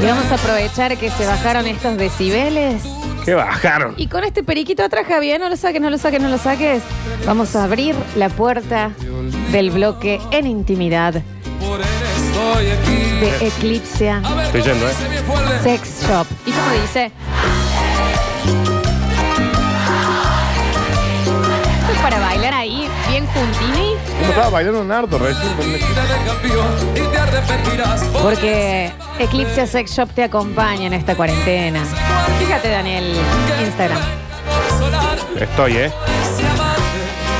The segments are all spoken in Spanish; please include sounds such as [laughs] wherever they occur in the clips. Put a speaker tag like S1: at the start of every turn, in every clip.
S1: Y vamos a aprovechar que se bajaron estos decibeles.
S2: ¿Qué bajaron?
S1: Y con este periquito atrás, Javier, no lo saques, no lo saques, no lo saques. Vamos a abrir la puerta del bloque en intimidad de Eclipse
S2: Estoy yendo, ¿eh?
S1: Sex Shop. ¿Y cómo dice? Esto es para bailar ahí, bien juntini,
S2: Me estaba bailando un harto recién. con-
S1: porque Eclipse Sex Shop te acompaña en esta cuarentena. Fíjate, Daniel, Instagram.
S2: Estoy, ¿eh?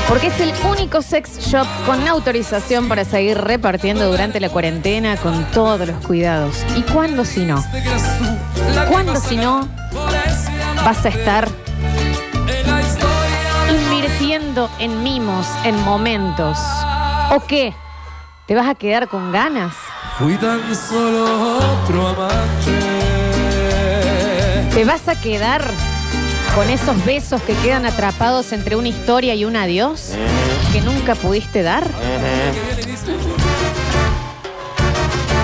S1: Porque es el único sex shop con autorización para seguir repartiendo durante la cuarentena con todos los cuidados. ¿Y cuándo si no? ¿Cuándo si no vas a estar invirtiendo en mimos, en momentos? ¿O qué? ¿Te vas a quedar con ganas?
S3: Fui tan solo otro amante.
S1: ¿Te vas a quedar con esos besos que quedan atrapados entre una historia y un adiós que nunca pudiste dar?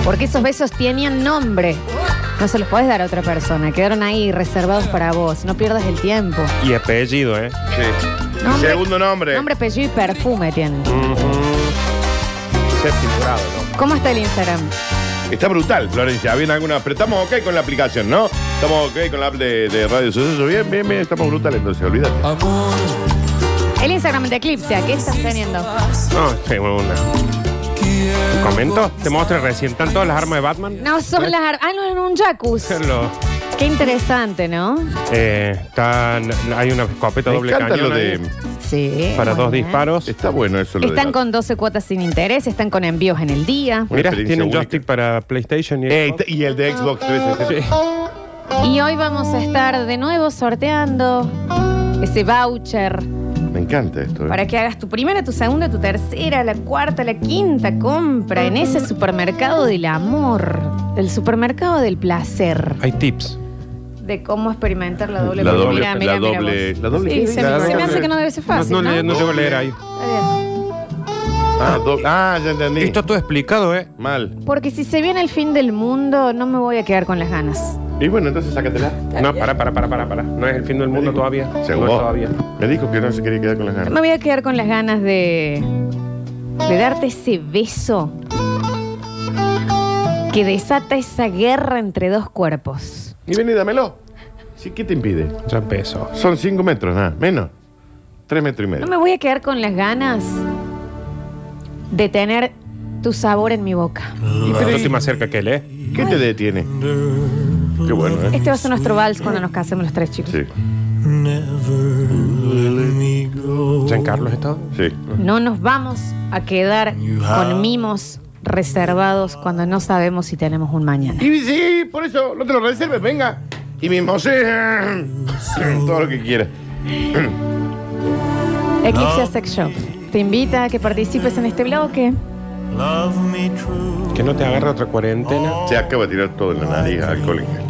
S1: Porque esos besos tenían nombre. No se los podés dar a otra persona. Quedaron ahí reservados para vos. No pierdas el tiempo.
S2: Y apellido, ¿eh? Sí.
S1: Nombre-
S2: Segundo nombre.
S1: Nombre, apellido y perfume tienen.
S2: Ujú. Séptimo grado, ¿no?
S1: ¿Cómo está el Instagram?
S2: Está brutal, Florencia. Bien alguna. Pero estamos ok con la aplicación, ¿no? Estamos ok con la app de, de Radio Suceso. Bien, bien, bien. Estamos brutal entonces, olvídate.
S3: Amor,
S1: El Instagram de Eclipse. ¿Qué estás teniendo?
S2: No, tengo una.
S3: quiero.
S2: Comento, te mostré recién. ¿Están todas las armas de Batman?
S1: No, son las... ar- Ah, no, en un jacuzzi.
S2: ¿Eh? [laughs] Lo-
S1: Qué interesante, ¿no?
S2: eh, están, hay una escopeta
S4: Me
S2: doble
S4: encanta
S2: cañón
S4: lo de-
S2: ahí
S1: Sí.
S2: para
S1: muy
S2: dos
S1: bien.
S2: disparos.
S4: Está bueno eso lo
S1: Están
S4: de-
S1: con 12 cuotas sin interés, están con envíos en el día.
S4: Una
S2: Mirá,
S4: experiencia
S2: tiene un
S4: única.
S2: joystick para PlayStation y
S4: Eh,
S2: Xbox.
S4: y el de Xbox 360.
S2: Sí.
S1: Y hoy vamos a estar de nuevo sorteando ese voucher
S4: Me encanta esto. eh.
S1: para que hagas tu primera, tu segunda, tu tercera, la cuarta, la quinta compra en ese supermercado del amor, el supermercado del placer,
S2: Hay tips.
S1: de cómo experimentar la doble
S4: La
S1: vida.
S4: doble- la doble- la
S1: Sí,
S4: doble-
S1: se, me-
S2: la
S1: se me
S2: doble-
S1: hace que no debe ser fácil.
S2: no,
S1: No,
S2: no, le- no llego a leer ahí.
S1: Está bien.
S4: Ah, do- ah, ya entendí.
S2: Está todo explicado, ¿eh?
S4: Mal.
S1: Porque si se viene el fin del mundo, no me voy a quedar con las ganas.
S4: Y bueno, entonces sácatela.
S2: No, para, para, para, para, para. No es el fin del mundo todavía.
S4: Según
S2: No es
S4: vos.
S2: todavía.
S4: Me dijo que no se quería quedar con las ganas.
S1: Me voy a quedar con las ganas de, de darte ese beso que desata esa guerra entre dos cuerpos.
S4: Y ven y dámelo. Sí, ¿qué te impide?
S2: Ya empezó.
S4: Son 5 metros, nada, menos. 3 metros y medio.
S1: No me voy a quedar con las ganas de tener tu sabor en mi boca.
S2: Yo estoy más cerca que él, ¿eh?
S4: ¿Qué te detiene? Qué bueno, ¿eh?
S1: Este va a ser nuestro vals cuando nos casemos los tres chicos.
S4: Sí,
S2: ¿Giancarlo está?
S4: sí.
S1: No nos vamos a quedar con mimos reservados cuando no sabemos si tenemos un mañana.
S4: Y sí, por eso, no te lo reserves, venga. Y mismo sí. [laughs] Todo lo que quieras.
S1: Eclipse Sex Shop te invita a que participes en este bloque.
S2: Que no te agarre otra cuarentena.
S4: Se acaba de tirar todo en la nariz alcohol en gel.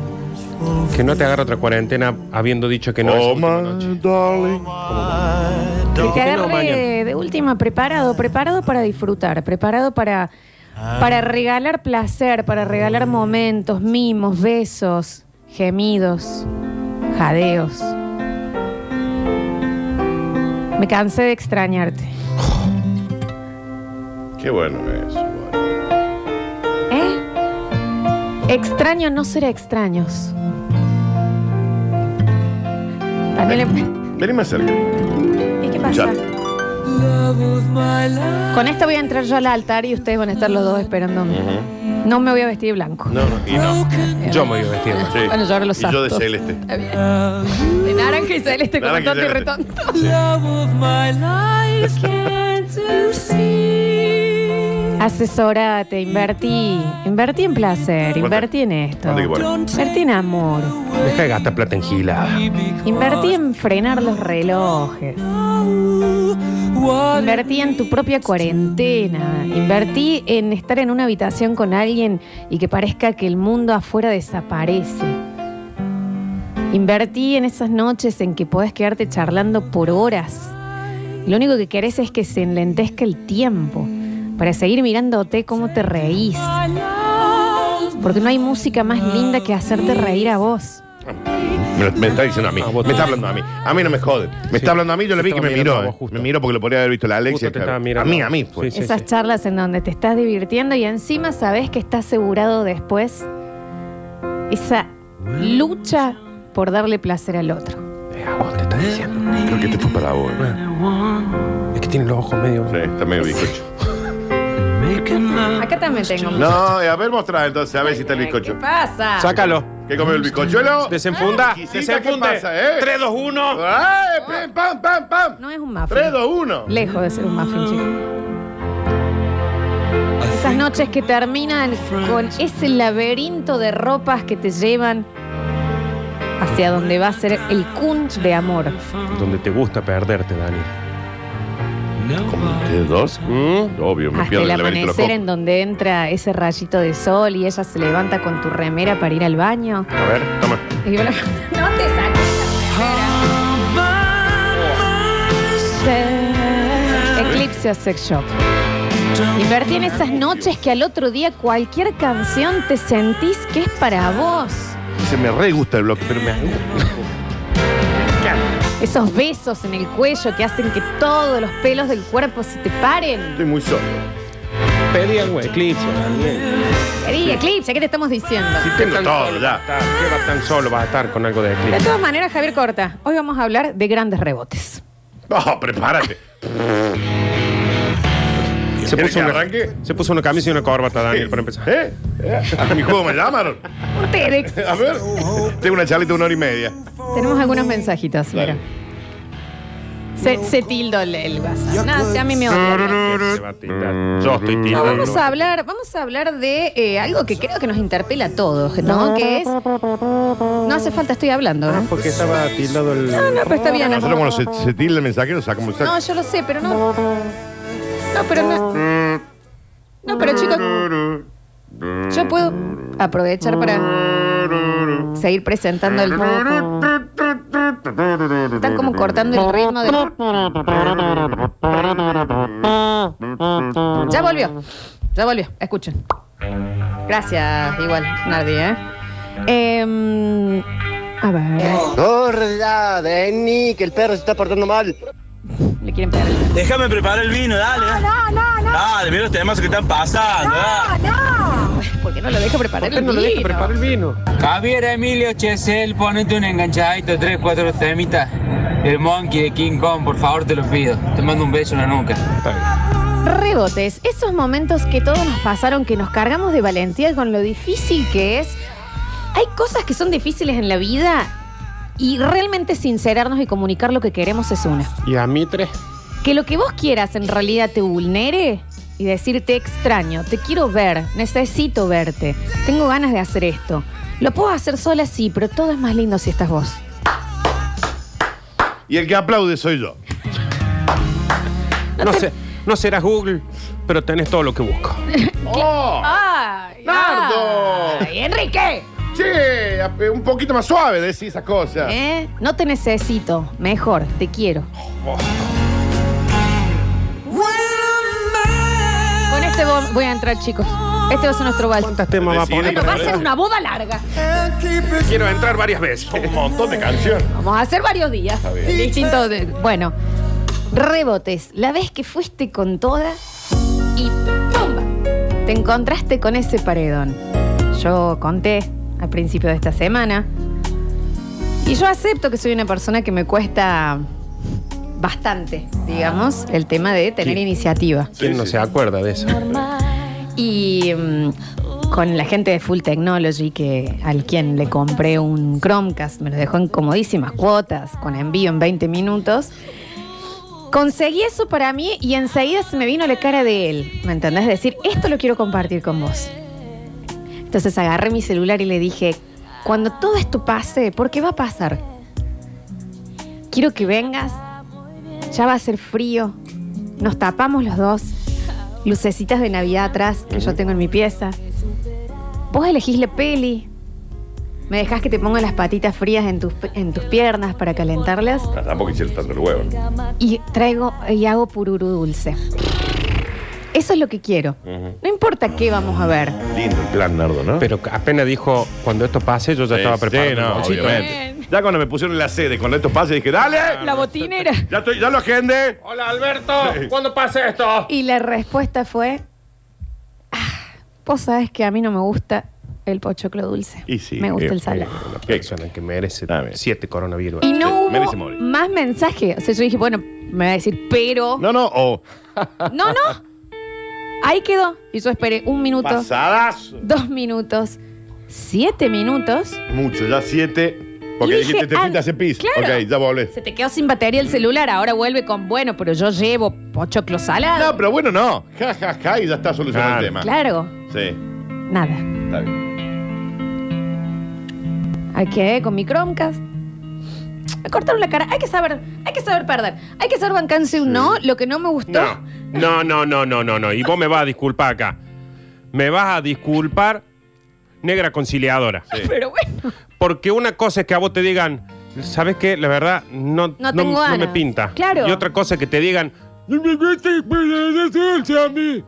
S2: Que no te agarre otra cuarentena habiendo dicho que no es
S4: oh,
S2: última
S4: my
S2: noche.
S4: darling.
S1: Que te
S2: ¿Por qué no
S1: agarre de, última, preparado, preparado para disfrutar, preparado para, para regalar placer, para regalar momentos, mimos, besos, gemidos, jadeos. Me cansé de extrañarte.
S4: Qué bueno es.
S1: ¿Eh? Extraño no ser extraños. Daniel,
S4: Vení más cerca.
S1: ¿y qué pasa?
S3: Love of my life.
S1: Con esto voy a entrar yo al altar y ustedes van a estar los dos esperándome. No me voy a vestir de blanco.
S4: No, no, y no.
S2: Yo me iba vestido.
S4: Sí.
S1: Bueno, yo ahora lo
S4: y yo de este.
S1: salto.
S4: celeste.
S1: Está bien. De naranja y celeste como
S4: Naranja y
S1: tonto y
S4: celeste.
S1: retonto.
S3: Love of my life. Can't you see?
S1: Asesorate, invertí. Invertí en placer, invertí en esto.
S4: ¿Cuánto que vale?
S1: Invertí en amor.
S2: Deja de gastar plata en gila.
S1: Invertí en frenar los relojes.
S3: What
S1: Invertí en tu propia cuarentena. Invertí en estar en una habitación con alguien y que parezca que el mundo afuera desaparece. Invertí en esas noches en que podés quedarte charlando por horas. Lo único que querés es que se enlentezca el tiempo para seguir mirándote cómo te reís.
S3: I love
S1: Porque no hay música más linda que hacerte reír a vos.
S4: Me, lo- me está diciendo a mí.
S2: Ah, vos
S4: me está
S2: también.
S4: hablando a mí. A mí no me joden. Me está hablando a mí, yo le
S2: Te
S4: vi que
S2: estaba
S4: me
S2: mirando a
S4: miró. eh.
S2: vos justo.
S4: Me miró porque lo podría haber visto la
S2: Justo
S4: Alexia.
S2: te
S4: claro.
S2: estaba
S4: a
S2: mirando.
S4: mí, pues. a mí fue.
S2: Sí,
S1: Esas
S2: sí.
S1: charlas en donde te estás divirtiendo y encima sabes que está asegurado después esa lucha por darle placer al otro.
S2: Eh, a vos te está diciendo. Ah.
S4: Creo que este fue para vos. eh.
S2: Es que tiene los ojos medio.
S4: Sí, está medio bizcocho.
S1: Acá también tengo.
S4: No, eh, a ver, mostrar entonces, a ver si está el bizcocho.
S1: ¿Qué pasa?
S2: Sácalo.
S4: ¿Qué comió el bizcochuelo?
S2: Desenfunda.
S4: Quisita,
S2: Desenfunde.
S4: ¿qué pasa, eh?
S2: 3, 2, 1.
S4: ¡Ay! pim, ¡Pam, pam, pam!
S1: No es un muffin.
S4: 3, 2, 1.
S1: Lejos de ser un muffin, chicos. Esas noches que terminan con ese laberinto de ropas que te llevan hacia donde va a ser el kun de amor.
S2: Donde te gusta perderte, Dani.
S4: ¿Ustedes dos? Obvio, me
S1: Hasta
S4: pierdo
S1: el
S4: el laberinto de los
S1: amanecer en
S4: cocos.
S1: donde entra ese rayito de sol y ella se levanta con tu remera para ir al baño.
S4: A ver, toma.
S1: Y yo la- [laughs] no te saques. Eclipse Sex Shop. Invertí en esas noches que al otro día cualquier canción te sentís que es para vos.
S4: Se me re gusta el bloque, pero me
S1: Esos besos en el cuello que hacen que todos los pelos del cuerpo se te paren.
S4: Estoy muy solo.
S2: Pedí algo de eclipse, Dani.
S1: Querida Eclipse, ¿qué te estamos diciendo?
S4: Sí, tengo todo ya.
S2: ¿Qué va tan solo va a estar con algo de
S1: De
S2: eclipse?
S1: todas maneras, Javier Corta, hoy vamos a hablar de grandes rebotes.
S4: No, prepárate.
S2: Se
S4: ¿Quieres
S2: puso,
S4: que
S2: una,
S4: arranque?
S2: se puso una camisa y una corbata, Dani, para empezar.
S4: ¿Eh? ¿Eh? A mi juego me llamaron.
S1: Un TEDx.
S4: A ver. Tengo una charlita de una hora y media.
S1: Tenemos algunos mensajitos, mira. Se, se tildo el, el WhatsApp. No, sí, a mí me odia.
S2: Se va a tirar. Yo
S4: Mm.
S2: estoy
S1: No,
S2: tirando.
S1: vamos a hablar, vamos a hablar de eh, algo que creo que nos interpela a todos, ¿no? Que es. No hace falta, estoy hablando. ¿eh?
S2: Porque estaba tildado el.
S1: No, no, pero está bien.
S4: Nosotros
S1: Ah, No,
S4: cuando se, se tilda el mensajero sacamos el
S1: No,
S4: saco.
S1: yo lo sé, pero no. No, pero no. No, pero chicos, yo puedo aprovechar para seguir presentando el. Están como cortando el ritmo de. Ya volvió. Ya volvió. Escuchen. Gracias, igual, Nardi, ¿eh? Em, a ver.
S5: Gorda, Denny, que el perro se está portando mal.
S1: Le quieren pegar.
S6: Déjame preparar el vino, dale. No, no, no. Dale, mira los temas que están pasando. dale.
S1: ¿Por qué no lo deja preparar el
S2: no lo deja
S1: vino?
S2: preparar el vino.
S7: Javier Emilio Chesel, ponete un enganchadito, tres, cuatro temitas. El monkey de King Kong, por favor, te lo pido. Te mando un beso en la nuca.
S1: Rebotes, esos momentos que todos nos pasaron, que nos cargamos de valentía con lo difícil que es. Hay cosas que son difíciles en la vida y realmente sincerarnos y comunicar lo que queremos es una.
S2: Y a mí tres.
S1: Que lo que vos quieras en realidad te vulnere y decirte extraño, te quiero ver, necesito verte, tengo ganas de hacer esto. Lo puedo hacer sola, sí, pero todo es más lindo si estás vos.
S4: Y el que aplaude soy yo.
S2: No, sé, no serás Google, pero tenés todo lo que busco.
S4: ¡Oh!
S1: ¡Ay!
S4: ¡Nardo!
S1: ¡Ay, Enrique!
S4: Che, ap- un poquito más suave decir esas cosas.
S1: ¿Eh? No te necesito, mejor, te quiero. Con este vo- voy a entrar, chicos. Este va a ser nuestro vals.
S2: ¿Cuántos temas va a
S4: Decide,
S2: poner?
S1: Bueno, va a ser una boda larga.
S2: Quiero entrar varias veces.
S4: Un montón de canciones.
S1: Vamos a hacer varios días. Distinto de- Bueno, rebotes. La vez que fuiste con toda y ¡pumba! Te encontraste con ese paredón. Yo conté al principio de esta semana. Y yo acepto que soy una persona que me cuesta bastante, digamos, el tema de tener
S2: Sí.
S1: iniciativa.
S2: ¿Quién no se acuerda de eso?
S1: Y mm, con la gente de Full Technology, que al quien le compré un Chromecast, me lo dejó en comodísimas cuotas, con envío en 20 minutos. Conseguí eso para mí y enseguida se me vino la cara de él. ¿Me entendés? Decir, esto lo quiero compartir con vos. Entonces agarré mi celular y le dije, cuando todo esto pase, porque va a pasar? Quiero que vengas, ya va a ser frío, nos tapamos los dos, lucecitas de Navidad atrás que yo tengo en mi pieza. Vos elegís la peli, me dejás que te ponga las patitas frías en tus, en tus piernas para calentarlas
S4: Ah, Tampoco hicieron tanto el huevo.
S1: y traigo y hago pururu dulce. Eso es lo que quiero.
S4: Ujú.
S1: No importa qué vamos a ver.
S4: Lindo el plan, Nardo, ¿no?
S2: Pero apenas dijo, cuando esto pase, yo ya
S4: Sí,
S2: estaba
S4: sí,
S2: preparado.
S4: no, obviamente.
S1: Bien.
S4: Ya cuando me pusieron la sede con estos pases dije, dale,
S1: La botinera.
S4: ya estoy, ya lo agendé.
S2: Hola, Alberto. ¿Cuándo pasa esto?
S1: Y la respuesta fue, "Ah, vos sabés que a mí no me gusta el pochoclo dulce.
S4: Y sí,
S1: me gusta
S4: eh,
S1: el salado.
S4: eh,
S2: Una persona que merece
S4: Está bien.
S2: siete coronavirus.
S1: y no
S4: sí, merece
S1: hubo
S4: morir.
S1: más mensaje. O sea, yo dije, bueno, me va a decir, pero... No,
S4: No, no, o
S1: no. Ahí quedó. Y yo esperé un minuto,
S4: pasadas.
S1: dos minutos, siete minutos.
S4: Mucho, ya siete. Porque
S1: Y
S4: dijiste, te
S1: ah,
S4: pintas hace pis.
S1: claro.
S4: Ok, ya volvés.
S1: Se te quedó sin batería el celular, ahora vuelve con, bueno, pero yo llevo pochoclo salado.
S4: No, pero bueno, no. Ja, ja, ja, y ya está solucionado
S2: Claro.
S4: el tema.
S1: Claro,
S4: Sí,
S1: nada.
S4: está bien.
S1: Hay que con mi Chromecast. Me cortaron la cara. Hay que saber, hay que saber perder. Hay que saber bancarse un no, lo que no me gustó.
S2: No,
S1: [laughs]
S2: no, no, no, no, no, no. Y vos me vas a disculpar acá. Me vas a disculpar, negra conciliadora.
S1: Pero bueno.
S2: Porque una cosa es que a vos te digan, ¿sabes qué? La verdad, no,
S1: No tengo ganas".
S2: me pinta.
S1: Claro.
S2: Y otra cosa es que te digan, no me gusta el pollo dulce a mí.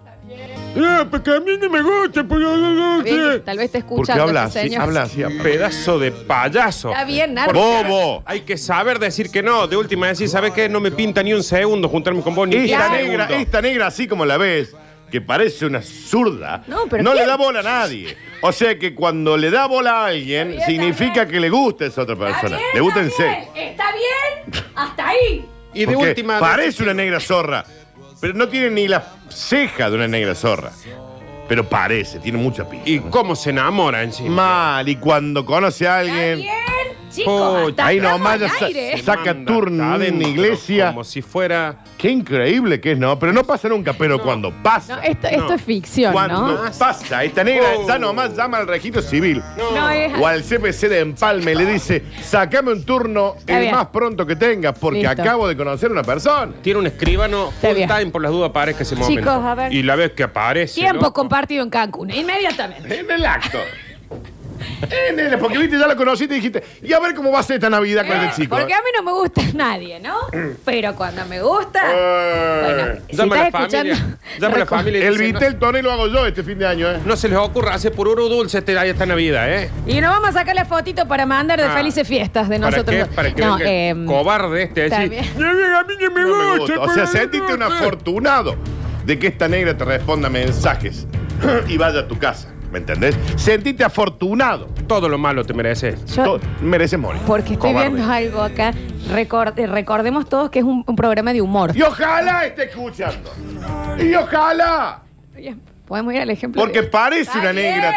S2: Ah, porque a mí no me gusta el pollo
S1: Bien,
S2: dulce.
S1: tal vez te escuchando.
S4: Porque habla
S1: este
S4: así,
S1: señor.
S4: habla así.
S2: Pedazo de payaso.
S1: Está bien, Nardo.
S4: ¡Bobo!
S2: Hay que saber decir que no. De última decir, ¿sabes qué? No me pinta ni un segundo juntarme con vos ni
S4: Esta
S1: Claro.
S2: un
S4: negra,
S2: segundo.
S4: esta negra, así como la ves, que parece una zurda,
S1: No, pero
S4: le
S1: ¿quién?
S4: da bola a nadie. O sea que cuando le da bola a alguien,
S1: Está bien,
S4: significa
S1: está
S4: que le gusta a esa otra persona. le gusta en serio.
S1: Está bien. Hasta ahí.
S2: Y de
S4: Porque
S2: última.
S4: Parece una negra zorra, pero no tiene ni la ceja de una negra zorra. Pero parece, tiene mucha pinta.
S2: ¿Y cómo se enamora encima?
S4: mal, y cuando conoce a alguien,
S2: Oh,
S1: Chicos,
S4: ahí nomás ya sa-
S2: Se
S4: saca
S2: manda
S4: turno
S2: hasta
S4: en
S2: adentro,
S4: iglesia.
S2: Como si fuera.
S4: Qué increíble que es, ¿no? Pero no pasa nunca, pero cuando pasa.
S1: No, esto, esto es ficción,
S4: Cuando
S1: ¿no?
S4: pasa, esta negra
S2: Oh.
S4: ya nomás llama al registro civil
S1: No es
S4: o al CPC de Empalme y le dice, sacame un turno
S1: Está
S4: el
S1: bien.
S4: más pronto que tengas porque
S1: Listo.
S4: acabo de conocer a una persona.
S2: Tiene un escribano
S1: Está
S2: full
S1: bien.
S2: time por las dudas para que se mueve.
S1: Chicos, a ver.
S2: Y la vez que aparece.
S1: Tiempo
S2: loco.
S1: compartido en Cancún. Inmediatamente.
S4: En
S1: [laughs]
S4: el acto. En el, porque viste, ya lo conociste y dijiste, y a ver cómo va a ser esta Navidad con este chico.
S1: Ah, Porque a mí no me gusta [laughs] nadie, ¿no? Pero cuando me gusta. Bueno, si
S2: Eh, Llama a
S1: estás
S2: la familia.
S1: escuchando.
S2: Llama
S1: [laughs]
S2: a la familia. y
S4: Eh, El
S2: dice,
S4: Vitel Tony lo hago yo este fin de año, ¿eh?
S2: No, no se les ocurra hacer pururu dulce este, ahí esta Navidad, ¿eh?
S1: Y nos vamos a sacar la fotito para mandar de
S2: Ah.
S1: felices fiestas de
S2: ¿Para
S1: nosotros.
S2: qué?
S1: dos.
S2: Para que
S1: no,
S2: venga el
S1: em,
S2: cobarde este.
S1: está
S2: Decir,
S1: bien.
S2: "No, no, a mí no me
S4: No me
S2: gusta,
S4: gusta. O sea,
S2: pero
S4: sentiste
S2: no
S4: un
S2: sé".
S4: afortunado de que esta negra te responda mensajes y vaya a tu casa. ¿Me entendés? Sentiste afortunado.
S2: Todo lo malo te mereces.
S1: yo-
S4: Todo- mereces morir.
S1: porque estoy
S4: Cobarde.
S1: viendo algo acá. Recor- eh, recordemos todos que es un, un programa de humor.
S4: Y ojalá esté escuchando. Y ojalá.
S1: Bien, Podemos ir al ejemplo.
S4: Porque
S1: de-
S4: parece una
S1: Está bien.
S4: negra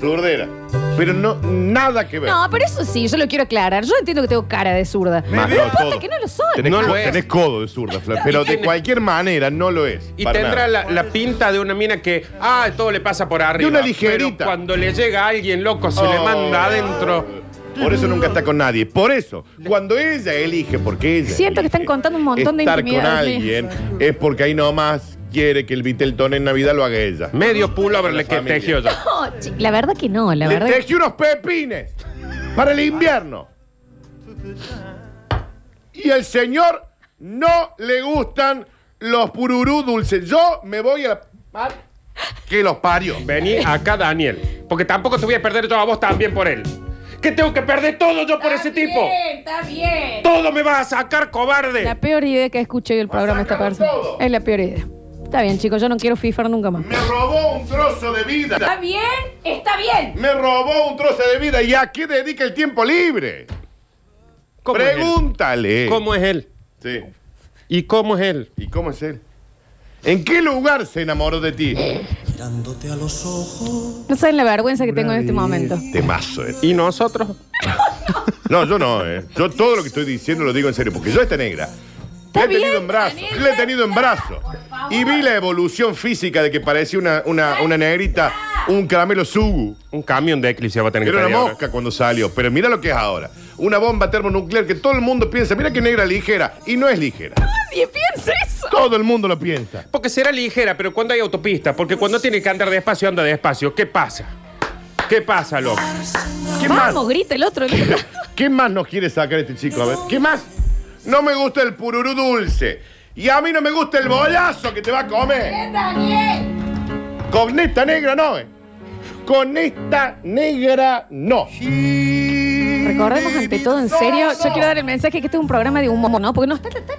S4: zurdera. Pero no, nada que ver.
S1: No, pero eso sí, yo lo quiero aclarar. Yo entiendo que tengo cara de zurda. pero
S4: Más no,
S1: no importa
S4: todo.
S1: que no lo soy.
S4: Tenés,
S2: No
S4: co-
S2: lo es.
S4: tenés codo de zurda, Flor, pero de
S2: tiene-
S4: cualquier manera no lo es.
S2: Y
S4: para
S2: tendrá
S4: nada.
S2: la, la pinta de una mina que, ah, todo le pasa por arriba.
S4: una ligerita.
S2: Pero cuando le llega a alguien loco, se le
S4: Oh.
S2: manda adentro.
S4: Por eso nunca está con nadie. Por eso, cuando ella elige, porque ella.
S1: Siento que
S4: elige
S1: están contando un montón de
S4: estar con
S1: intimidades
S4: alguien, es porque ahí nomás quiere que el Vitelton en Navidad lo haga ella.
S2: Medio pullover
S4: La
S2: que
S4: familia.
S2: tejió yo.
S1: Oh, chi- la verdad que no, la
S4: Le
S1: verdad. que-
S4: tejí unos pepines para el invierno. Y el señor no le gustan los pururú dulces. Yo me voy a la. mar Que los parió.
S2: Vení acá, Daniel. Porque tampoco te voy a perder yo a vos también por él. Que tengo que perder todo yo por ese tipo.
S1: Está bien.
S2: Todo me vas a sacar, cobarde.
S1: La peor idea que escuché hoy el programa de esta
S4: Masacraron
S1: persona.
S4: todo.
S1: Es la peor idea. Está bien, chicos, yo no quiero fifar nunca más.
S4: Me robó un trozo de vida.
S1: bien, está bien.
S4: Me robó un trozo de vida. ¿Y a qué dedica el tiempo libre?
S2: ¿Cómo es él?
S4: Pregúntale.
S2: ¿Cómo es él?
S4: Sí.
S2: ¿Y cómo es él?
S4: ¿Y cómo es él? ¿En qué lugar se enamoró de ti?
S1: No saben la vergüenza que tengo en este momento.
S4: Temazo, eh.
S2: ¿Y nosotros?
S4: No, yo no, eh. Yo todo lo que estoy diciendo lo digo en serio, porque yo esta negra. La he
S1: bien,
S4: tenido en brazos,
S1: Daniel,
S4: la he tenido en
S1: ya está,
S4: brazos.
S1: por favor.
S4: Y vi la evolución física de que parecía una, una, una negrita, un caramelo sugu.
S2: Un camión de eclipse va a tener que
S4: Era una
S2: pedir ahora.
S4: mosca cuando salió, pero mira lo que es ahora. Una bomba termonuclear que todo el mundo piensa, mira qué negra ligera, y no es ligera.
S1: Nadie piensa eso.
S4: Todo el mundo lo piensa.
S2: Porque será ligera, pero cuando hay autopista, porque cuando tiene que andar despacio, anda despacio. ¿Qué pasa? ¿Qué pasa, loco?
S4: ¿Qué más?
S1: Vamos, grita el otro. lado.
S4: [laughs] ¿Qué más nos quiere sacar este chico? A ver, ¿qué más? No me gusta el pururú dulce. Y a mí no me gusta el bolazo que te va a comer. Con esta negra no, eh. Con esta negra no.
S1: Recordemos ante todo, en serio, yo quiero dar el mensaje que este es un programa de humor, ¿no? Porque no está... está- está-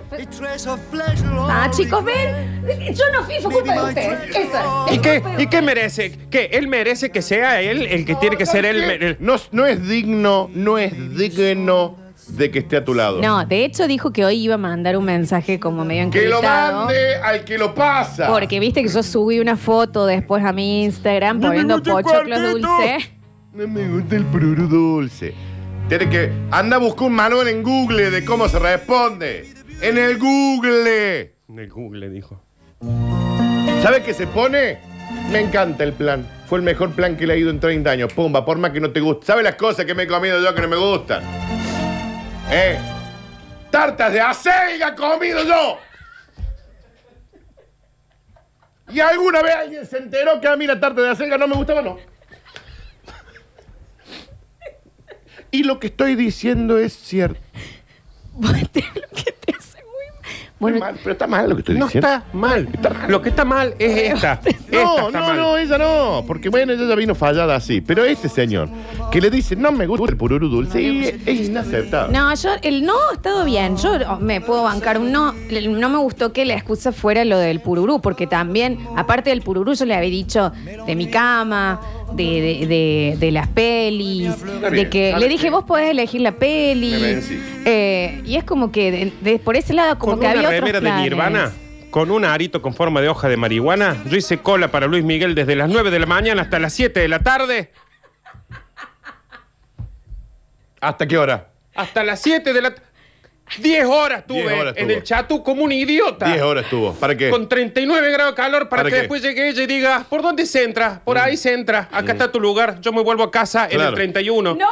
S1: Ah, chicos, ven, yo no fui, fue culpa de ustedes. Eso. es.
S2: ¿Y qué, ¿Y qué merece? ¿Qué? ¿Él merece que sea él el que tiene que ser él? el-
S4: No, no es digno, no es digno de que esté a tu lado.
S1: No, de hecho dijo que hoy iba a mandar un mensaje como medio
S4: Que lo
S1: encriptado.
S4: mande al que lo pasa.
S1: Porque viste que yo subí una foto después a mi Instagram
S4: No me
S1: poniendo
S4: gusta el
S1: pochoclos
S4: cuarteto.
S1: dulce.
S4: No me gusta el pururu dulce. Tiene que. Anda a buscar un manual en Google de cómo se responde. En el Google.
S2: En el Google dijo.
S4: ¿Sabes qué se pone? Me encanta el plan. Fue el mejor plan que le ha ido en 30 años. Pumba, por más que no te guste. ¿Sabes las cosas que me he comido yo que no me gustan? ¿Eh? Tartas de acelga comido yo. ¿Y alguna vez alguien se enteró que a mí la tarta de acelga no me gustaba? No. Y lo que estoy diciendo es cierto.
S1: Lo que te hace muy- Bueno,
S4: Mal, pero está mal lo que estoy
S2: No
S4: diciendo.
S2: está mal. Lo que está mal es [laughs] esta. Esta
S4: No,
S2: está
S4: no,
S2: mal.
S4: no, ella no. Porque bueno, ella ya vino fallada así. Pero ese señor que le dice, no me gusta el pururu dulce, y es, es inaceptable.
S1: No, yo, el no ha estado bien. Yo oh, me puedo bancar un no. El no me gustó que la excusa fuera lo del pururú, porque también, aparte del pururú, yo le había dicho de mi cama, de, de- de- de las pelis, de
S4: bien,
S1: que
S4: está
S1: le
S4: bien.
S1: dije, vos podés elegir la peli.
S4: Me vencí.
S1: Eh, y es como que, de- de- por ese lado, como
S2: Con
S1: que
S2: una
S1: había
S2: remera
S1: otros
S2: de
S1: planes.
S2: Nirvana, con un arito con forma de hoja de marihuana, yo hice cola para Luis Miguel desde las 9 de la mañana hasta las 7 de la tarde.
S4: ¿Hasta qué hora?
S2: Hasta las 7 de la... 10 horas estuve
S4: Diez horas
S2: en
S4: estuvo.
S2: el chatú como un idiota.
S4: 10 horas estuvo. ¿Para qué?
S2: Con 39 grados de calor para, Mm.
S4: ¿Para
S2: que
S4: qué?
S2: después llegue ella y diga, ¿por dónde se entra? Por ahí se entra, acá está tu lugar, yo me vuelvo a casa en el
S4: Claro.
S2: 31.
S1: ¡No, ¡Oh,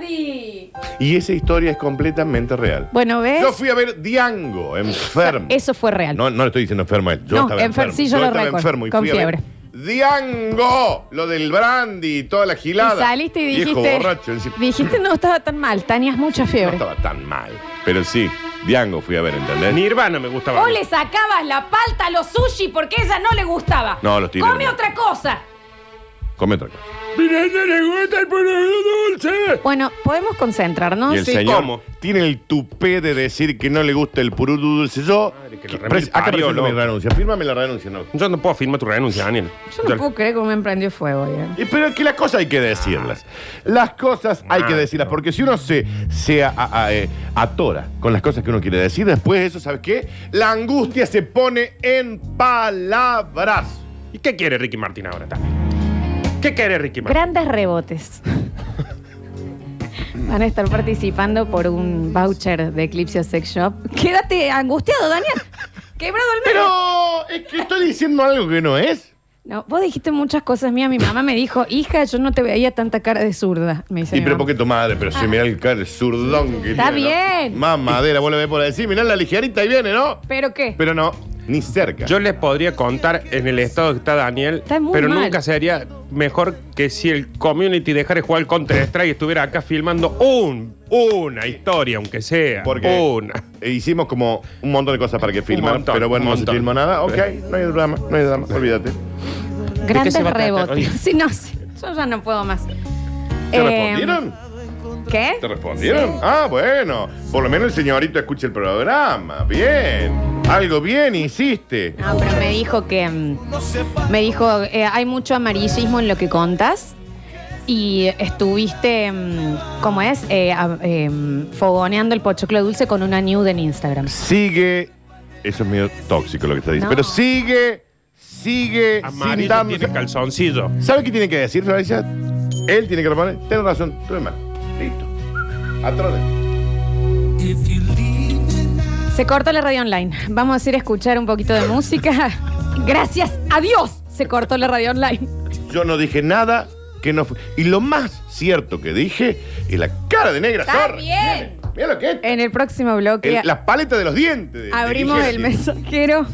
S1: Nardi!
S4: Y esa historia es completamente real.
S1: Bueno, ¿ves?
S4: Yo fui a ver Diango, enfermo.
S1: Eso fue real.
S4: No, no le estoy diciendo enfermo a él. Yo
S1: No,
S4: estaba
S1: enfer-
S4: enfermo.
S1: sí, yo lo
S4: estaba
S1: recuerdo,
S4: enfermo y
S1: con
S4: fui a ver
S1: fiebre.
S4: Diango, lo del brandy y toda la gilada.
S1: y saliste y dijiste.
S4: Viejo borracho. encima.
S1: Dijiste no estaba tan mal, tenías mucha
S4: No
S1: fiebre.
S4: estaba tan mal. Pero sí, Diango fui a ver, ¿entendés?
S2: Nirvana me gustaba.
S1: O le sacabas la palta a los sushi porque ella no le gustaba.
S4: No, los tigres
S1: Come
S4: no.
S1: otra cosa.
S4: Come otra cosa.
S1: Bueno, podemos concentrarnos.
S4: Y el
S2: Sí,
S4: señor
S2: ¿cómo?
S4: tiene el tupé de decir que no le gusta el pururu dulce. Yo,
S2: Madre que lo
S4: que-
S2: remil
S4: pres- acá
S2: parió,
S4: presento mi
S2: loco.
S4: renuncia. Fírmame la renuncia, no.
S2: Yo no puedo firmar tu renuncia, Daniel.
S1: Yo no puedo creer cómo me emprendió fuego. ¿eh? ya.
S4: Y pero es que las cosas hay que decirlas. Las cosas hay que
S2: Ah,
S4: decirlas. Porque si uno se, se a- a- a- eh, atora con las cosas que uno quiere decir, después de eso, ¿sabes qué? La angustia se pone en palabras.
S2: ¿Y qué quiere Ricky Martin ahora también? ¿Qué quiere Ricky Martin?
S1: Grandes
S4: [laughs]
S1: rebotes. Van a estar participando por un voucher de Eclipse Sex Shop. Quédate angustiado, Daniel. Quebrado el medio.
S4: Pero es que estoy diciendo algo que no es.
S1: No, vos dijiste muchas cosas mías. Mi mamá me dijo, hija, yo no te veía tanta cara de zurda. Me dice
S4: Y
S1: mi
S4: pero
S1: mamá.
S4: ¿por qué tu madre? Pero si mirá el, cara, el zurdón que
S1: Está
S4: tiene, ¿no?
S1: bien.
S4: Más madera, vuelve por decir, mirá la ligerita y viene, ¿no?
S1: ¿Pero qué?
S4: Pero no, ni cerca.
S2: Yo les podría contar en el estado que está Daniel,
S1: Está muy
S2: pero
S1: mal.
S2: nunca sería mejor que si el community dejara de jugar al Counter Strike y estuviera acá filmando un, una historia, aunque sea.
S4: Porque
S2: Una.
S4: e hicimos como un montón de cosas para que filmaran,
S2: montón,
S4: pero bueno,
S2: un
S4: no se
S2: montón.
S4: filmó nada. Ok, no hay drama, no hay drama, olvídate.
S2: qué
S1: Grandes
S2: se va a tratar
S1: rebotes.
S2: hoy?
S1: Sí, no, sí. yo ya no puedo más.
S4: ¿Te
S1: Eh,
S2: Em,
S4: respondieron?
S1: ¿Qué?
S4: ¿Te respondieron? Ah, bueno, por lo menos el señorito escucha el programa. Bien, algo bien hiciste.
S1: No, pero me dijo que. mm, Me dijo, eh, hay mucho amarillismo en lo que contas. Y estuviste, mm, ¿cómo es? Eh, a- em, fogoneando el pochoclo dulce con una nude en Instagram.
S4: Sigue, eso es medio tóxico lo que está diciendo,
S1: No.
S4: pero sigue, sigue sin
S2: Amarillo
S4: darnos-
S2: tiene calzoncillo.
S4: ¿Sabe qué tiene que decir, Florencia? Él tiene que responder. Tienes razón, tuve mal. Listo. Atrones.
S1: Se cortó la radio online. Vamos a ir a escuchar un poquito de música. [laughs] Gracias a Dios se cortó la radio online.
S4: Yo no dije nada que no fue. Y lo más cierto que dije es la cara de negra.
S1: Está
S4: zorra.
S1: bien.
S4: Mira lo que es.
S1: En el próximo bloque
S4: El- las paletas de los dientes. de- de
S1: abrimos
S4: Ligera
S1: el
S4: tiene.
S1: mensajero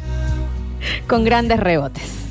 S1: con grandes rebotes.